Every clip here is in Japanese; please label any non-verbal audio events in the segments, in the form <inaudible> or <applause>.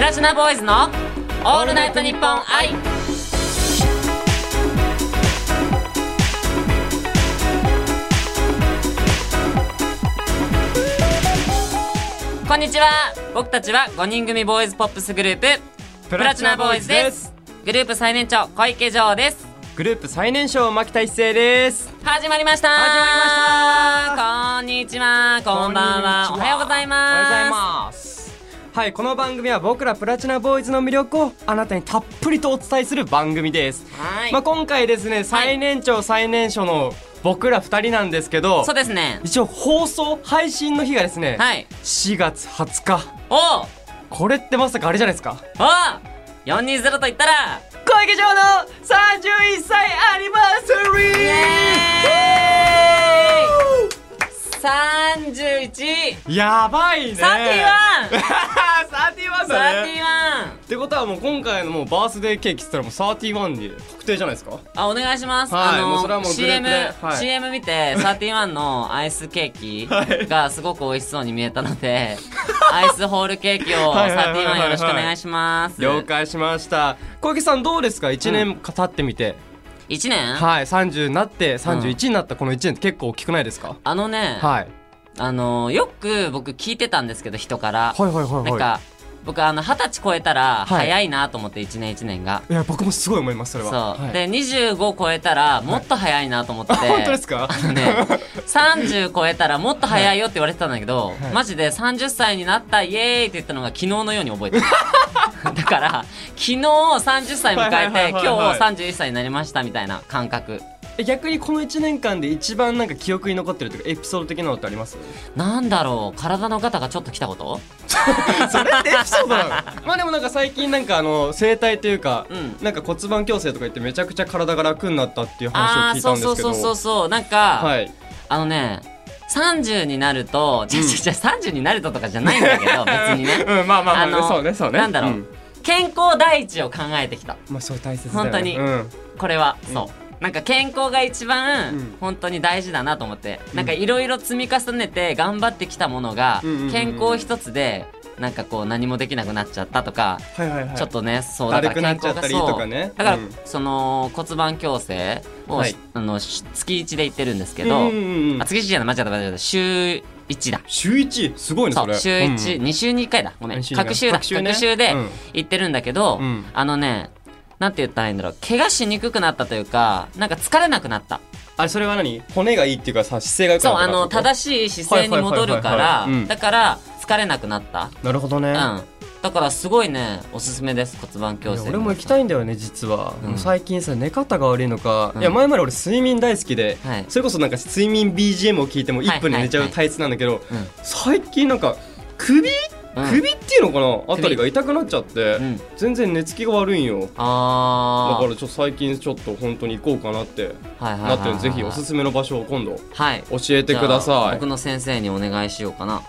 らしなボーイズの「オールナイトニッポン愛」こんにちは僕たちは5人組ボーイズポップスグループプラチナボーイズですグループ最年長小池城ですグループ最年少牧田一成です始まりました始まりましたこんにちはこんばんはこおにちはようございますおはようございますはいこの番組は僕らプラチナボーイズの魅力をあなたにたっぷりとお伝えする番組です、はいまあ、今回ですね最年長最年少の僕ら2人なんですけど、そうですね一応放送配信の日がですね、はい4月20日おおこれってまさかあれじゃないですかお420と言ったら小池城の31歳アニバーサリーイエーイ31やばいねサティ <laughs> ワンサティワンだサテねィワンってことはもう今回のもうバースデーケーキっつったらもうサーティワンで確定じゃないですかあお願いします、はいあもうそれはのもうグルー CM、プではい CM 見てサーティワンのアイスケーはキいがすごく美味しそうに見えたので、 <laughs> アイスホールケーキをサはいはいーはいはいティワンよろしくお願いします了解しました小池さんどうですか1年経ってみて、 1年、はい30になって31になったこの1年って結構大きくないですか、あのね、はい、あのよく僕聞いてたんですけど人から、はいはいはいはいなんか僕あの二十歳超えたらはい早いなと思って1年1年が、いや僕もすごい思いますそれそう、ははいで25超えたらもっと早いなと思って、あ本当ですかあのね、30超えたらもっと早いよって言われてたんだけど、いマジで30歳になったイエーイって言ったのが昨日のように覚え <laughs> てるだから昨日30歳迎はいえはいはてい今はい日はい31歳になりましたみたいな感覚 <laughs> え逆にこの1年間で一番なんか記憶に残ってるというかエピソード的なのってありますなんだろう体の肩がちょっと来たこと <laughs> それってエピソードなの <laughs> まあでもなんか最近なんかあの整体というか、うんなんか骨盤矯正とか言ってめちゃくちゃ体が楽になったっていうああ話を聞ーいたそんうですけそどうそうそうそうなんか、はいあのね30になると、じゃじゃじゃ30になるととかじゃないんだけ <laughs> ど別にね、うんまあまあまあねのそうねそうねなんだろう、うん健康第一を考えてきたまあそれ大切だよね本当にうんこれは、そうなんか健康が一番、うん本当に大事だなと思って、んなんかいろいろ積み重ねて頑張ってきたものが、うんうんうんうん健康一つでなんかこう何もできなくなっちゃったとか、はいはいはいちょっとねそうだだるかくらな健っちゃ康ったがそうりとかねだから、うんその骨盤矯正を、はいあのし月1で行ってるんですけうんど、うんうんあ月1じゃない間違った間違った週1だ週一すごいねそそうれ週1、うん2週に1回だごめん二週に一回隔週だ隔隔週週,、ねでうん行ってるんだけど、うんあのねなんて言ったらいいんだろう怪我しにくくなったというかなんか疲れなくなったあれそれは何骨がいいっていうかさ姿勢が良くなそうったあのからって正しい姿勢に戻るかはいはいはいはらいはいうんだから疲れなくなったことなるほどね、うんだからすごいねおすすめです骨盤矯いや正俺も行きたいんだよね実は、うんもう最近さ寝方が悪いのか、うんいや前まで俺睡眠大好きで、はいそれこそなんか睡眠 BGM を聞いてもはい1分で寝ちゃう体質なんだけど、うん最近なんか首、うん首っていうのかなあたりが痛くなっちゃって、うん全然寝つきが悪いんよだあかーらちょっと最近ちょっと本当に行こうかなってはいはいなはいってるのでぜひおすすめの場所を今度はい教えてくだじゃあさ僕の先生にお願いしようかな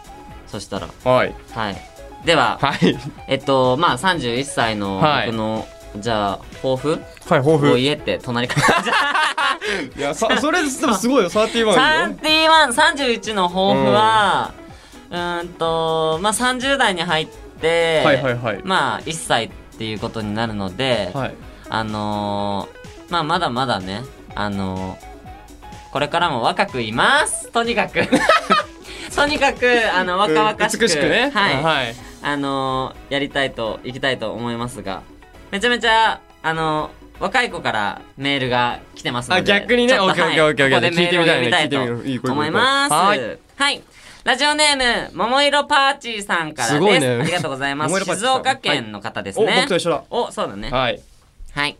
そしたらいはいはいでははいえっとまあ31歳のはい僕の、じゃあ抱負はい抱を言えって隣からじゃいやさそれでもすごいよ31よあ31の抱負はうーんとまあ30代に入って、はいはいはいまあ1歳っていうことになるので、はいあのー、まあまだまだねあのー、これからも若くいますとにか <laughs> くとにかくあの若々しく美しくねはいはいあのー、やりたいと、いきたいと思いますが、めちゃめちゃ、あのー、若い子からメールが来てますので。あ逆にねちょっとオッケーオッケーオッケはーいオッケここでーメールを読みたい聞いてみたいね聞いてみよういいと声思います。いい声はい。ラジオネーム、桃色パーチーさんからです。すごいねありがとうございま桃す。色パーチー静さん岡県の方ですおね。僕と一緒だお、そうだね。はいはい。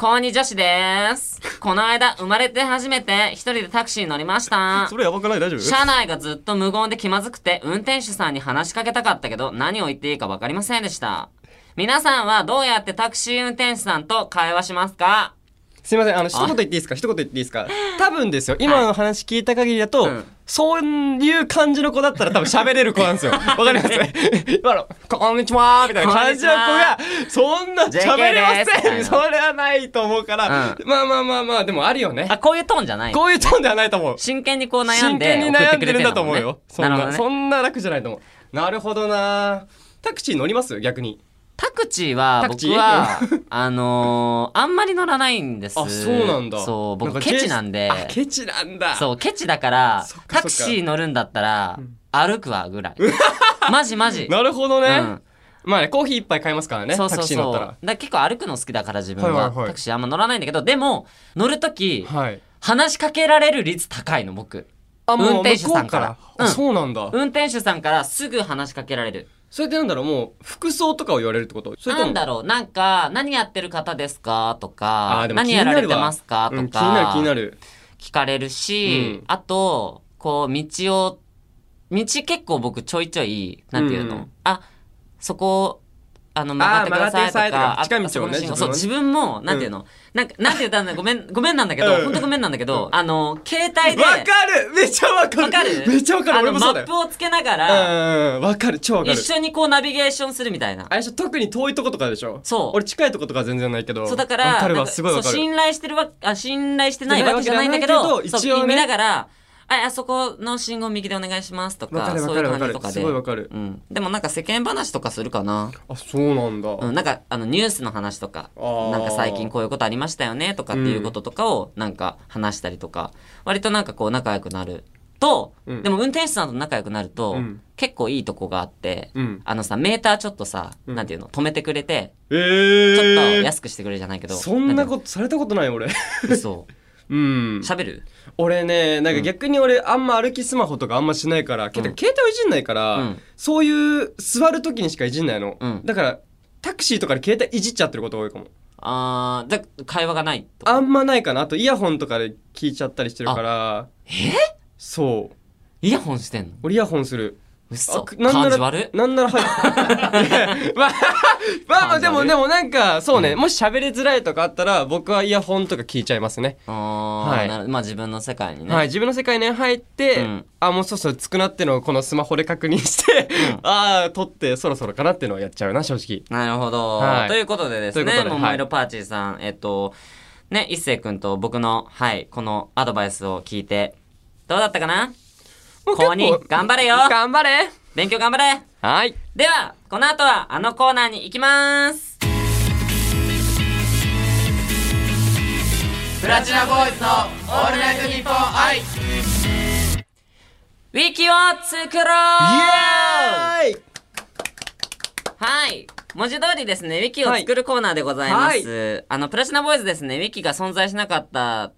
高2女子です。この間、生まれて初めて、一人でタクシーに乗りました。それやばくない大丈夫車内がずっと無言で気まずくて運転手さんに話しかけたかったけど何を言っていいか分かりませんでした皆さんはどうやってタクシー運転手さんと会話しますかすいませんあの一言言っていいですか一言言っていいですか多分ですよ今の話聞いた限りだと、うんそういう感じの子だったら多分喋れる子なんですよわかります今の「こんにちは」みたいな感じの子がこそんな JK 喋れませでんすそれはないと思うから、まあまあまあまあでもあるよねあこういうトーンじゃないこういうトーンではないと思う真剣にこう悩ん真で剣送にっ悩てくんれでてるんるだんとだ思もんうねよそなんるほなどねそんな楽じゃないと思うなるほどなタクシー乗ります逆にタクチーはタク僕チーはあのーあんまり乗らないんですあそうなんだそう僕かケチなんであケチなんだそうケチだからそっかそっかタクシー乗るんだったら歩くわぐ <laughs> らいマジマジなるほどね、うんまあねコーヒー一杯買いますからねそうそうタクシそーう乗っだたからら結構歩くの好きだから自分は,、はいはいはいタクシーあんま乗らないんだけどでも乗る時はい話しかけられる率高いの僕あ運転手さんから向こうあうんそうなんだ、運転手さんからすぐ話しかけられるそれでなんだろうもう服装とかを言われるってことそれとなもんだろうなんか何やってる方ですかとあかーでも何気になやるわられてますかとか、うん気になる気になる聞かれるし、うんあとこう道を道結構僕ちょいちょいなんていうの、うんあそこあの曲がってくださいとかあー曲がってくださいとか近道をねああそこの信号自分そう自分ものねなんていうの、なんかなんて言ったんだごめんごめんなんだけど、うんほんとごめんなんだけど、あの携帯でわかるめっちゃわかるわかるめっちゃわかるあ俺のもマそうだよップをつけながうらんうんうんわかる超わか一る緒にこうナビゲーションするみたいなあれでしょ特に遠いとことかでしょそう俺近いとことか全然ないけどそうだかわらかるなわんかすごいわかそうる信頼してるわあ信頼してないわけじゃないんだけしてないわどけじゃないけどそう一応ね見ながらああそこの信号右でお願いしますとかわかるわそうかいるうわ感じかるとかですごいわかるうん、でもなんか世間話とかするかな、あそうなんだうん、なんかあのニュースの話とかあーなんか最近こういうことありましたよねとかっていうこととかをなんか話したりとか、割となんかこう仲良くなると、うんでも運転手さんと仲良くなると、うん結構いいとこがあって、うんあのさメーターちょっとさ、うんなんていうの止めてくれてちえょーっと安くしてくれるじゃないけど、そんなとことされたことない俺嘘うん喋る俺ねなんか逆に俺あんま歩きスマホとかあんましないから、けど携帯をいじんないから、うんそういう座る時にしかいじんないの、うんだからタクシーとかで携帯いじっちゃってることが多いかもあーじゃあ会話がないとあんまないかなあとイヤホンとかで聞いちゃったりしてるからえそうイヤホンしてんの俺イヤホンする嘘あなん感なじら悪いなんならはいいやまあまあまあでもでもなんかそうね、もし喋りづらいとかあったら僕はイヤホンとか聞いちゃいますねあはーいなるまあ自分の世界にね、はい、自分の世界に入っうて、んあもうそろそろ着くなってのをこのスマホで確認して、 <laughs> ああ撮ってそろそろかなってのはやっちゃうな正 <laughs> 直なるほど、はいということでですというこね、とでももいろパーチーさん、えっと、ね、一星くんと僕の、はい、このアドバイスを聞いて、どうだったかなもう公認頑張れよ頑張れ勉強頑張れはいでは、この後はあのコーナーに行きますプラチナボーイズのオールナイトニッポン愛ウィキを作ろうイエーイはい。文字通りですね、ウィキを作るコーナーでございます。あの、プラチナボーイズですね、ウィキが存在しなかった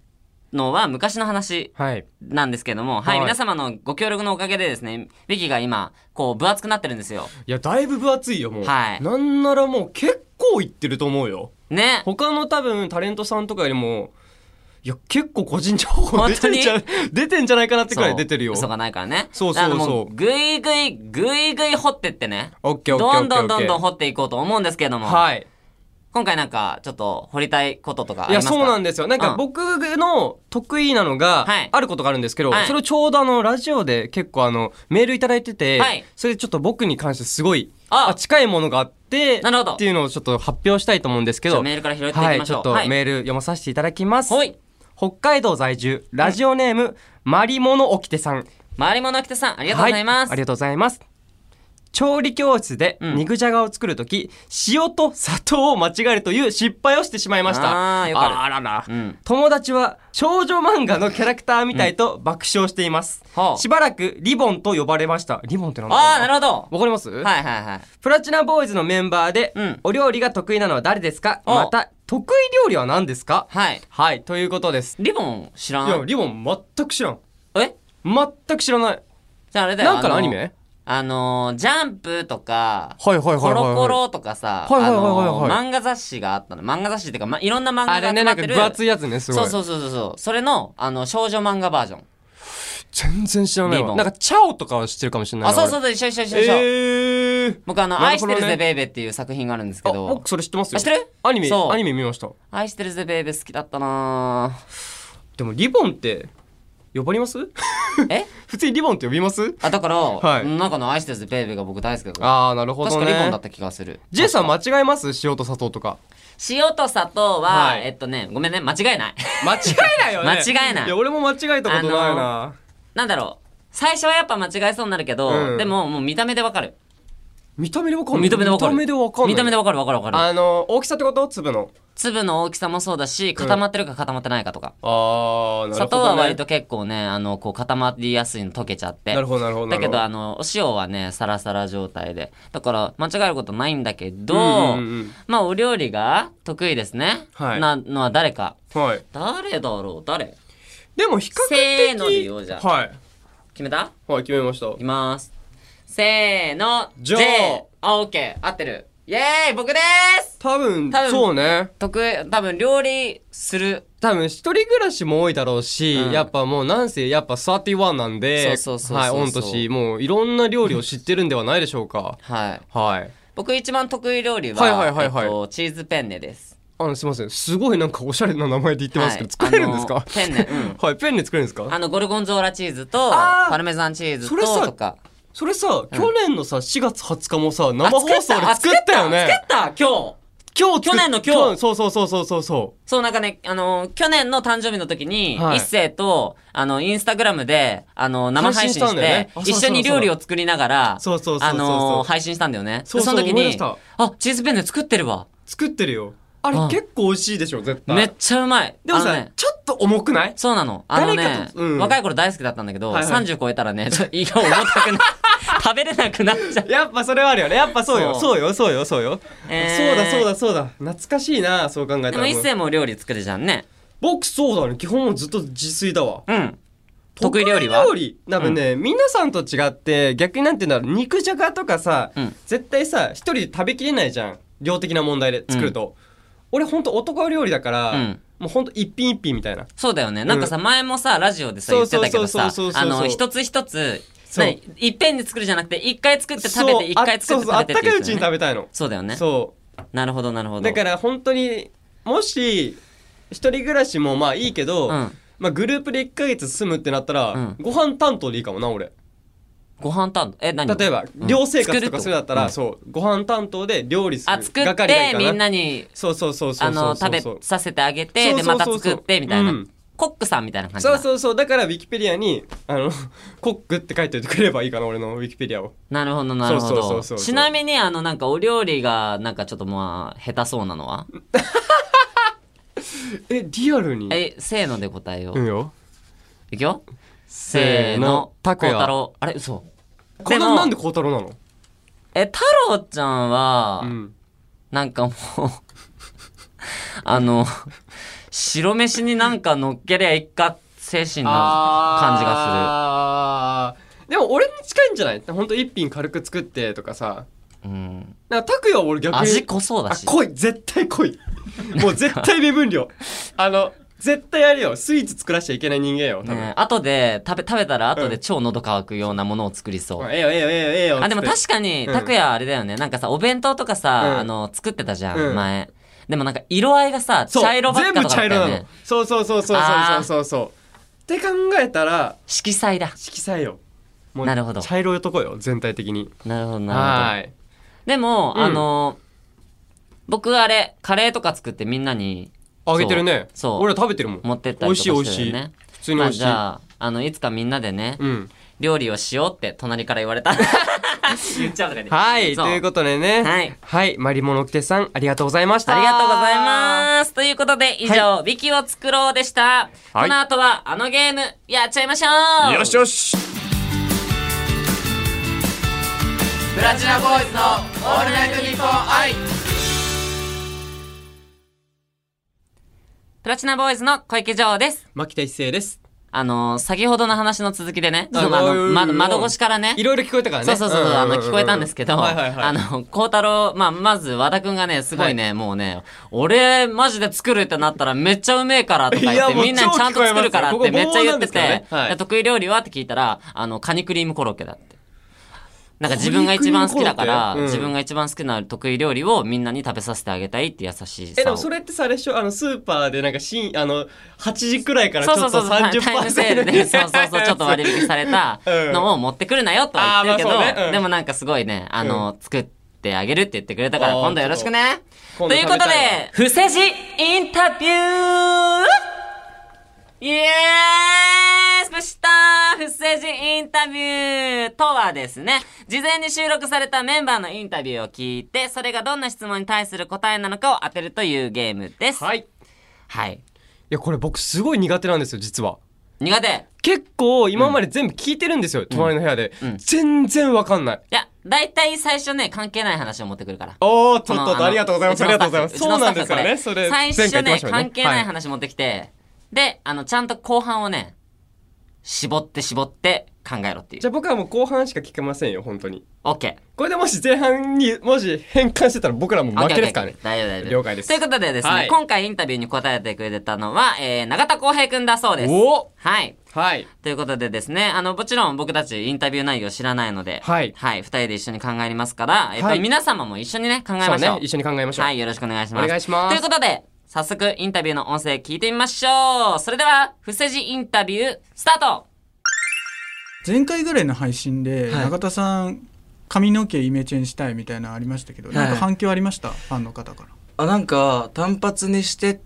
のは昔の話はいなんですけども、はい、はい皆様のご協力のおかげでですね、ウィキが今、こう、分厚くなってるんですよ。いやだいぶ分厚いよもう、はいなんならもう結構いってると思うよね。他の多分タレントさんとかよりもいや結構個人情報本出当てにんじゃ出てんじゃないかなってくらい出てるよそう嘘がないからね。そうそうそうだからもぐいぐい、ぐいぐい掘ってってね。オッケーオッどケーオッんケーどオんッどケんーどん掘っていこうと思うんですけれども、はい今回なんか、ちょっと掘りたいこととかあいりまやすかそうなんですよなんうかん僕の得意なのがはいあることがあるんですけど、はいそれをちょうどあのラジオで結構あのメールいただいてて、はいそれでちょっと僕に関してすごいああ近いものがあってなるほどっていうのをちょっと発表したいと思うんですけじゃあどメールから拾っていきはまいしちょう。ょっとはいメール読まさせていただきます、ほい。北海道在住ラジオネーム、マリモのおきてさん回り物きてさん、ありがとうございます。はありがとうございます調理教室でうん肉じゃがを作るとき、塩と砂糖を間違えるという失敗をしてしまいましたあーよくあるららうん。友達は少女漫画のキャラクターみたいと爆笑しています、はあしばらくリボンと呼ばれましたリボンってなんだろうああ、なるほど。わかります、はいはいはい。プラチナボーイズのメンバーで、うんお料理が得意なのは誰ですかあまた得意料理は何ですかはい。はいということですリボン知らいやんリボン全く知らんえ全く知らないじゃああれだよ。なんかのあアニメあのー、ジャンプとか、はいはいはいはいコはいロコロとかさ、はいはいはいあのはーいはい漫画雑誌があったの。漫画雑誌っていうか、ま、いろんな漫画があれ集まねなっんかてる。分厚いやつねすごいそうそうそうそうそう。それの、あの、少女漫画バージョン。全然知らないリボわンなんかチャオとかは知ってるかもしれないあ、そうそううそう、一緒一緒一緒え一緒。ー僕あの、なる愛ほしどてねるぜベイベーっていう作品があるんですけあど僕、それ知ってますよあ知ってるアニメそうアニメ見ました愛してるぜベイベー好きだったなでもリボンって呼ばれます <laughs> ぁえ普通にリボンって呼びますあ、だから、はいなんかの愛してるぜベイベーが僕大好きだから。ああなるほ確どかねリボンだった気がする。ジェイさん間違えます塩と砂糖とか塩と砂糖は、はいえっとね、ごめんね、 <laughs> 間違えない。 <laughs> 間違えないよね間違えないいや俺も間違えたことないな、なんだろう。最初はやっぱ間違えそうになるけど、うんでももう見た目でわかる。見た目でわかんない見た目でわかる。見た目でわかんない見た目でわかるわかるわかる。あの大きさってこと粒の粒の大きさもそうだし、固まってるか固まってないかとか。ああなるほど、ね、砂糖は割と結構ね、あの、こう固まりやすいの溶けちゃって。なるほどなるほどなだるけほど、あの、お塩はね、サラサラ状態で。だから、間違えることないんだけど、うんうんうんまあ、お料理が得意ですね。はいなのは誰か。はい誰だろう誰でも比較的せーので言おうじゃあはい決めたはい決めましたいきます。せーの、ジョー J あ、オッケー合ってる。イェーイ僕です多分多分そうね得意、多分料理する。多分一人暮らしも多いだろうし、うんやっぱもうなんせやっぱ31なんでそうそうそうそうはい御年もういろんな料理を知ってるんではないでしょ <laughs> うかはい。はい僕一番得意料理は、はいはいはいはいえっと、チーズペンネです。あのすいませんすごいなんかおしゃれな名前で言ってますけど、はい作れるんですかあのペンネうん <laughs> はいペンネ作れるんですかあの、ゴルゴンゾーラチーズと、あーパルメザンチーズそれさと、とか。それさ、去年のさ4月20日もさ生放送であ作ったよあ作ねった作った今日今日作っ去年の今日そうそうそうそうそうそそう、なんかね、あのー去年の誕生日の時に、はい一星と、あの、インスタグラムで、あのー生配信配信ししたんて、だよねあそうそ一うそうそう緒に料理を作りながら、そうそうそうそうあのー配信したんだよね。でそうそうの時思い出にし、たあ、チーズペンネ作ってるわ。う作ってるよあれうん結構美味しいでしょ絶対めっちゃうまい。でもあさ、のねちょっと重くないそうなの。あの誰ねか、とうん若い頃大好きだったんだけど、はいはい30超えたらね、ちょっと胃が重たくなっ食べれなくなっ <laughs> ちゃう。やっぱそれはあるよねやっぱそうよそそうよそうよそうよ、えーそうだそうだそうだ懐かしいなそう考えたでもら一星も料理作るじゃんね。僕そうだね基本もうずっと自炊だわうん。得意料理は得意料理多分ね、皆さんと違って逆になんて言うんだろう肉じゃがとかさ、うん絶対さ一人で食べきれないじゃん量的な問題で作ると、俺ほんと男料理だから、うんもうほんと一品一品みたいなそうだよね。なんかさ、前もさ、ラジオでさ、そ言うってそうたけどさそうそうそう、そうあの、一つ一つ、そう何いっぺんに作るじゃなくて、一回作って食べそうて、一回作って食べてあそうそうあったかいうやつだちよにね食べたいの、そうだよね。そうなるほど、なるほど。だから本当にもし一人暮らしもまあいいけど、うんまあ、グループで1ヶ月住むってなったら、うんご飯担当でいいかもな俺ご飯担当、え、何例えばうん寮生活とか作するるだったら、うんそうご飯担当で料理するあ、作っ係がいいて、かみんなに、そうそうそうそうあその、うそ食うべさせてあげて、そうで、そまうたそうそう。作って、みたいうなんコックさんみたいな感じそうだ。そうそうだからウィキペディアにあの <laughs> コックって書いておいてくればいいかな俺のウィキペディアをなるほど、なるほそうそうそうそど。うそうちなみに、あの、なんか、お料理が、なんか、ちょっとまあ、下手そうなのはえリアルにえ、せーので答えようんう。よいくよ。せーの、せーの拓也孝太郎。あれ、嘘。これでもなんで孝太郎なのえ、太郎ちゃんは、うんなんかもう、あの、白飯になんか乗っけりゃいっか精神な感じががするでも俺に近いんじゃないほんと一品軽く作ってとかさする。うん。なんか拓也は俺逆に味濃そうだあし。濃い絶対濃いもう絶対目分量あの絶対あれよスイーツ作らしちゃいけない人間よ多分、ねえ、後で食べ、食べたら後うでん超喉乾くようなものを作りそう。ええよええよええよええよあ、でもか確かに、うん拓也あれだよね。なんかさ、お弁当とかさ、うんあの、作ってたじゃ、うんん前。でもなんか色合いがさ、茶色ばっか全と部かだ茶った色よなのね。そうそうそうそうそうそうそうって考えたら色彩だ。色彩よもなるほど茶色いとこよ全体的になるほど、なるほど。はーいでも、うんあの、僕あれ、カレーとか作ってみんなにあげてるねそうそう俺ら食べてるもん持ってったりとかしてるよね。美味しい美味しい普通に美まあ味しい、じゃあ、あの、いつかみんなでね、うん料理をしようって隣から言われ <laughs> た。言っちゃうとかね。はいそうということでねはいはい、マリモノキテさんありがとうございましたありがとうございます。ということで、以上、ウィキを作ろうでした。はいこの後は、あのゲーム、やっちゃいましょうよしよしプラチナボーイズのオールナイトニッポン愛プラチナボーイズの小池ジョーです。牧田一成ですあのー、先ほどの話の続きでね、あそのあの、うんま窓越しからねい、ろいろ聞こえたからねそうそうそう、んんあんの、ん聞こえたんですけど、はいはいはいあの、孝太郎、まあ、まず和田くんがね、すごいね、もうね、俺、マジで作るってなったらめっちゃうめえからとかい言っやて、もうみんなにちゃんと作るからっ超聞こてえますめよっちゃ言ってここ防音なてんですけどねはいで得意料理はって聞いたら、あの、カニクリームコロッケだって。なんか自分が一番好きだから、カニクリームコロッケうん自分が一番好きな得意料理をみんなに食べさせてあげたいって優しいさを。えでもそれってさあれでしょあのスーパーでなんかしんあの8時くらいからちそうょそうっそとうそう、タイ30%タイムセールで、そうそうそう、ちょっと割引されたのを持ってくるなよとは言ってるけど、あーまあそうねうんでもなんかすごいね、あの、作ってあげるって言ってくれたから、あー今度よろしくね。ちょっとということ今度食べたいで、伏せ字インタビューイエーイスプした不正人インタビューとはですね、事前に収録されたメンバーのインタビューを聞いて、それがどんな質問に対する答えなのかを当てるというゲームです。はい。いはい。や、これ僕すごい苦手なんですよ、実は。苦手。い結構今まで全部聞いてるんですよ、隣の部屋で、うん全然わかんない。や、だいたい最初ね、関係ない話を持ってくるから。おー、とっことっのと、ありがとうございます。あのりがとうございます。うちそのうスタッなんフですからね。それ、最前初回言ってまね、したよ関係ないは話持ってきて、で、あの、ちゃんと後半をね、絞って絞って考えろっていじう。ゃあ僕はもう後半しか聞けませんよ、本当に。オッケー。これでもし前半に、もし変換してたら僕らも負けですからねオッ。ケーオッケー大丈夫大丈夫。了解ですということでですね、はい今回インタビューに答えてくれたのは、えー、永田浩平くんだそうです。おはい。はい。ということでですね、あの、もちろん僕たちインタビュー内容知らないので、はいはい、二人で一緒に考えますから、えっと、はい皆様も一緒にね、考えそまうしょねう。。一緒に考えましょう。はい、よろしくお願いします。お願いしますということで、早速インタビューの音声聞いてみましょう。それでは、伏せ字インタビュー、スタート前回ぐらいの配信で、はい永田さん髪の毛イメチェンしたいみたいなのありましたけど、はいなんか反響ありましたファンの方からあなんか単発にしてっ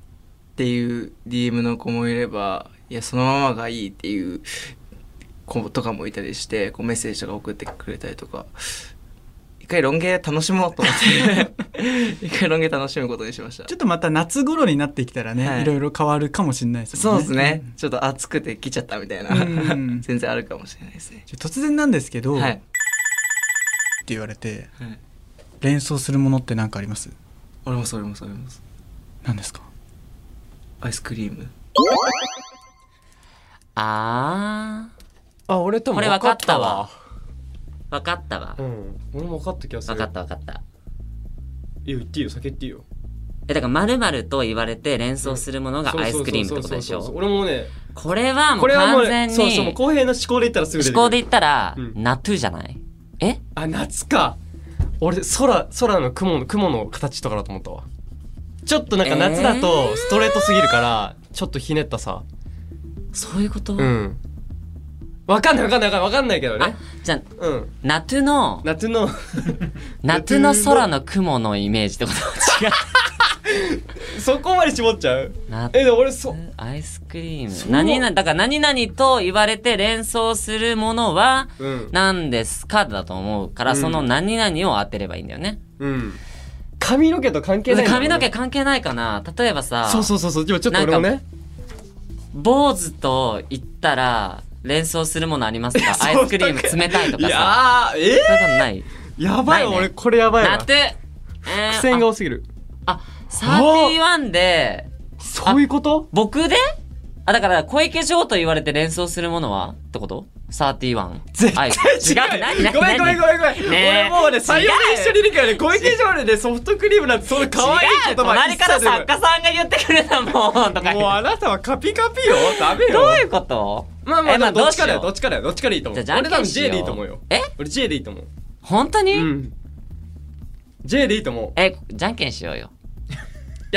ていう DM の子もいればいやそのままがいいっていう子とかもいたりしてこうメッセージとか送ってくれたりとか一回ロン毛楽しもうと思って一回ロン毛楽しむことにしましたちょっとまた夏頃になってきたらね、はいい、ろいろ変わるかもしれないですそうよねですね、ちょっと暑くて来ちゃったみたいな、うん全然あるかもしれないですねじゃあ突然なんですけど、はってい、言われてはい、連想するものって何かあります俺もそう俺もそう俺もそう何ですかアイスクリームああ、俺ともこれ分分かかっったたわわ。ー、わかったわう。ん。俺も分かった気がすわる。かったわかった。いや、言っていいよ、先言っていいよ。え、だから、〇〇と言われて連想するものがアイスクリームってことでしそうそうそうそうょ俺もね、これはもこうれはもう完ね、全そうそう、もうに、公平の思考で言ったらすぐ出思てくる。考で言ったらうん、ナトゥじゃないえあ、夏か。俺、空、空の雲の、雲の形とかだと思ったわ。ちょっとなんか夏だとストレートすぎるから、ちょっとひねったさ。そういうことうん。わかんないわかんないわかんないわかんないけどあね。、じゃあ、うん。ナトゥの、夏の、 <laughs> ナトゥの空の雲のイメージってこと <laughs> 違う。そこまで絞っちゃうナえ、でも俺、そ、アイスクリーそうム。何々、だから何々と言われて連想するものはうん。何ですかだと思うから、うんその何々を当てればいいんだよね。うん。髪の毛と関係ないんだもん髪ねの毛関係ないかな例えばさ、そうそうそうそう。今ちょっと俺もね。坊主と言ったら連想するものあります <laughs> かアイスクリーム冷たいといかさ。やー、えそういうことない。ー、やばいわないね俺これやばいナわト。ゥえ苦ー戦が多すぎる。あ、31で、そういうこと僕であ、だから、小池城と言われて連想するものはってこと絶 ?31。ア対イス違う。何何ごめんごめんごめんごめん。ねえ俺もうね、最悪で一緒にいるからね、小池城でね、ソフトクリームなんてその可愛い違う言葉隣から出ない作家さんが言ってくれたもんとか言うもうあなたはカピカピよ。ダメよ。どういうことまあまえあ、でもどっちからどうしよよ、うどっちからよ、どっちからいいと思う。じゃあじ俺ゃんけ多分んし J ようでいいと思うよ。え俺 J でいいと思う。本当に、うん。J でいいと思う。え、じゃんけんしようよ。い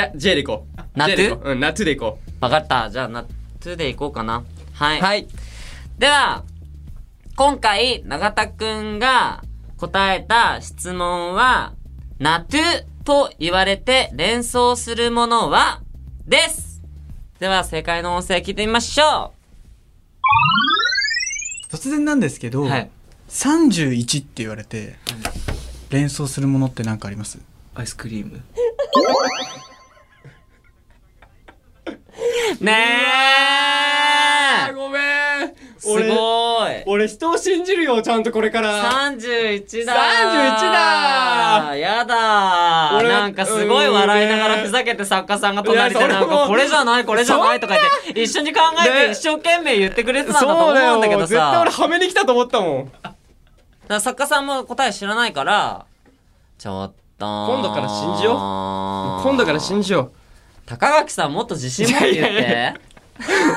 や、J でいこう。ナトゥ J でいこううん、ナトゥでいこう。わかった。じゃあ、ナットゥでいこうかな。はい。はい。では、今回、永田くんが答えた質問は、ナトゥと言われて連想するものは、です。では、正解の音声聞いてみましょ突然なんですけど、はい、 31って言われて連想するものって何かありますアイスクリームう。ねあ、えごめん。す俺、ごい俺人を信じるよ、ちゃんとこれから。 31だ31だやだー俺なんかすごい笑いながらふざけて作家さんが隣でなんいやそれかもこれじゃないこれじゃないとか言って一緒に考えてね一生懸命言ってくれてたんだと思うんだけど絶対さ俺はめに来たと思ったもん。だから作家さんも答え知らないからちょっと今度から信じよう今今度から信じよ高垣さんもっと自信持って言っいやいやてう。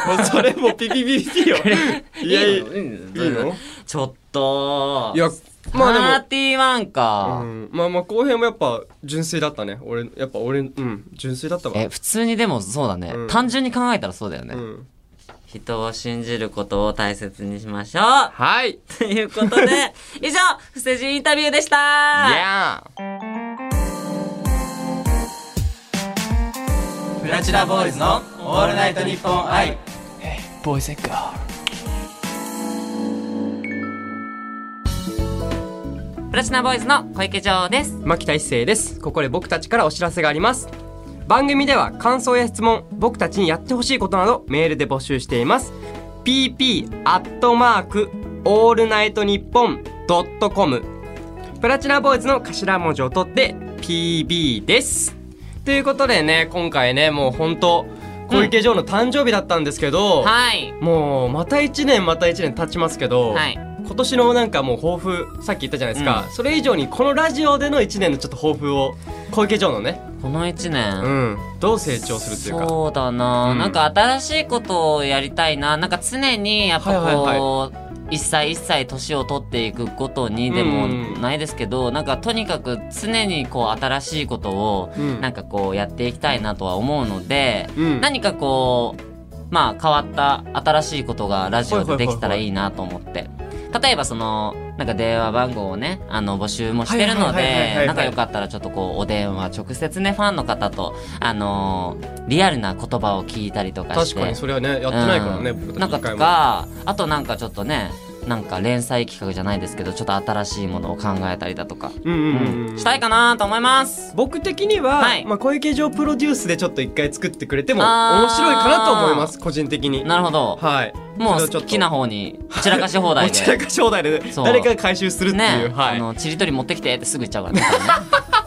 もう <laughs> それもピピピピピよ。 <laughs> いやいや、いいのいのちょっといや、まあでも。 31か、うん、まあまあ後編もやっぱ純粋だったね俺やっぱ俺うん純粋だったわえ普通にでもそうだね、うん単純に考えたらそうだよね、うん、人を信じることを大切にしましょう <laughs> はいということ <laughs> で、以上、不正人インタビューでしたやプラチナボーイズのオールナイトニッポンアイボーイズガープラチナボーイズの小池城です。牧田一成ですここで僕たちからお知らせがあります番組では感想や質問僕たちにやってほしいことなどメールで募集しています pp アットマークオールナイトニッポンドットコムプラチナボーイズの頭文字を取って PB ですということでね今回ねもう本当小池城の誕生日だったんですけど、はい。もうまた1年また1年経ちますけど、はい。今年のなんかもう抱負さっき言ったじゃないですか、それ以上にこのラジオでの1年のちょっと抱負を小池城のね、この一年。うん、どう成長するっていうかそうだな、うんなんか新しいことをやりたいななんか常にやっぱこう、はいはい一歳一歳年を取っていくことにでもないですけど、なんかとにかく常にこう新しいことをうんなんかこうやっていきたいなとは思うので、うん何かこうまあ変わった新しいことがラジオでできたらいいなと思って。例えばそのなんか電話番号をねあの募集もしてるのはいはいはいはいはでいなんかよかったらちょっとこうお電話直接ねファンの方とあのーリアルな言葉を聞いたりとかして確かにそれはねやってないからね、うん僕なたんちかと一回もかあとなんかちょっとねなんか連載企画じゃないですけどちょっと新しいものを考えたりだとか、うんうんうんううんんしたいかなと思います僕的には、はいまあ、小池城プロデュースでちょっと一回作ってくれてもあー面白いかなと思います個人的になるほどはいもうそれをち好ょっときな方に散らかし放題 <laughs> こちらでが将来でそう誰かが回収するっていう、ね、はあいのちりとり持ってきてってすぐ言っちゃうからね <laughs>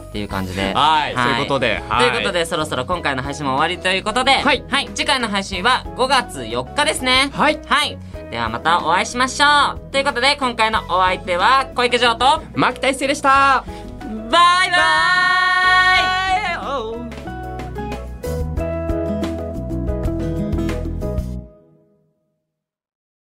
っていう感じではい、そういうことで、とはいいうことで、そろそろ今回の配信も終わりということで、はい次回の配信は5月4日ですね。はいはい。ではまたお会いしましょう。ということで、今回のお相手は小池城と、バイ牧田一成でしたバイ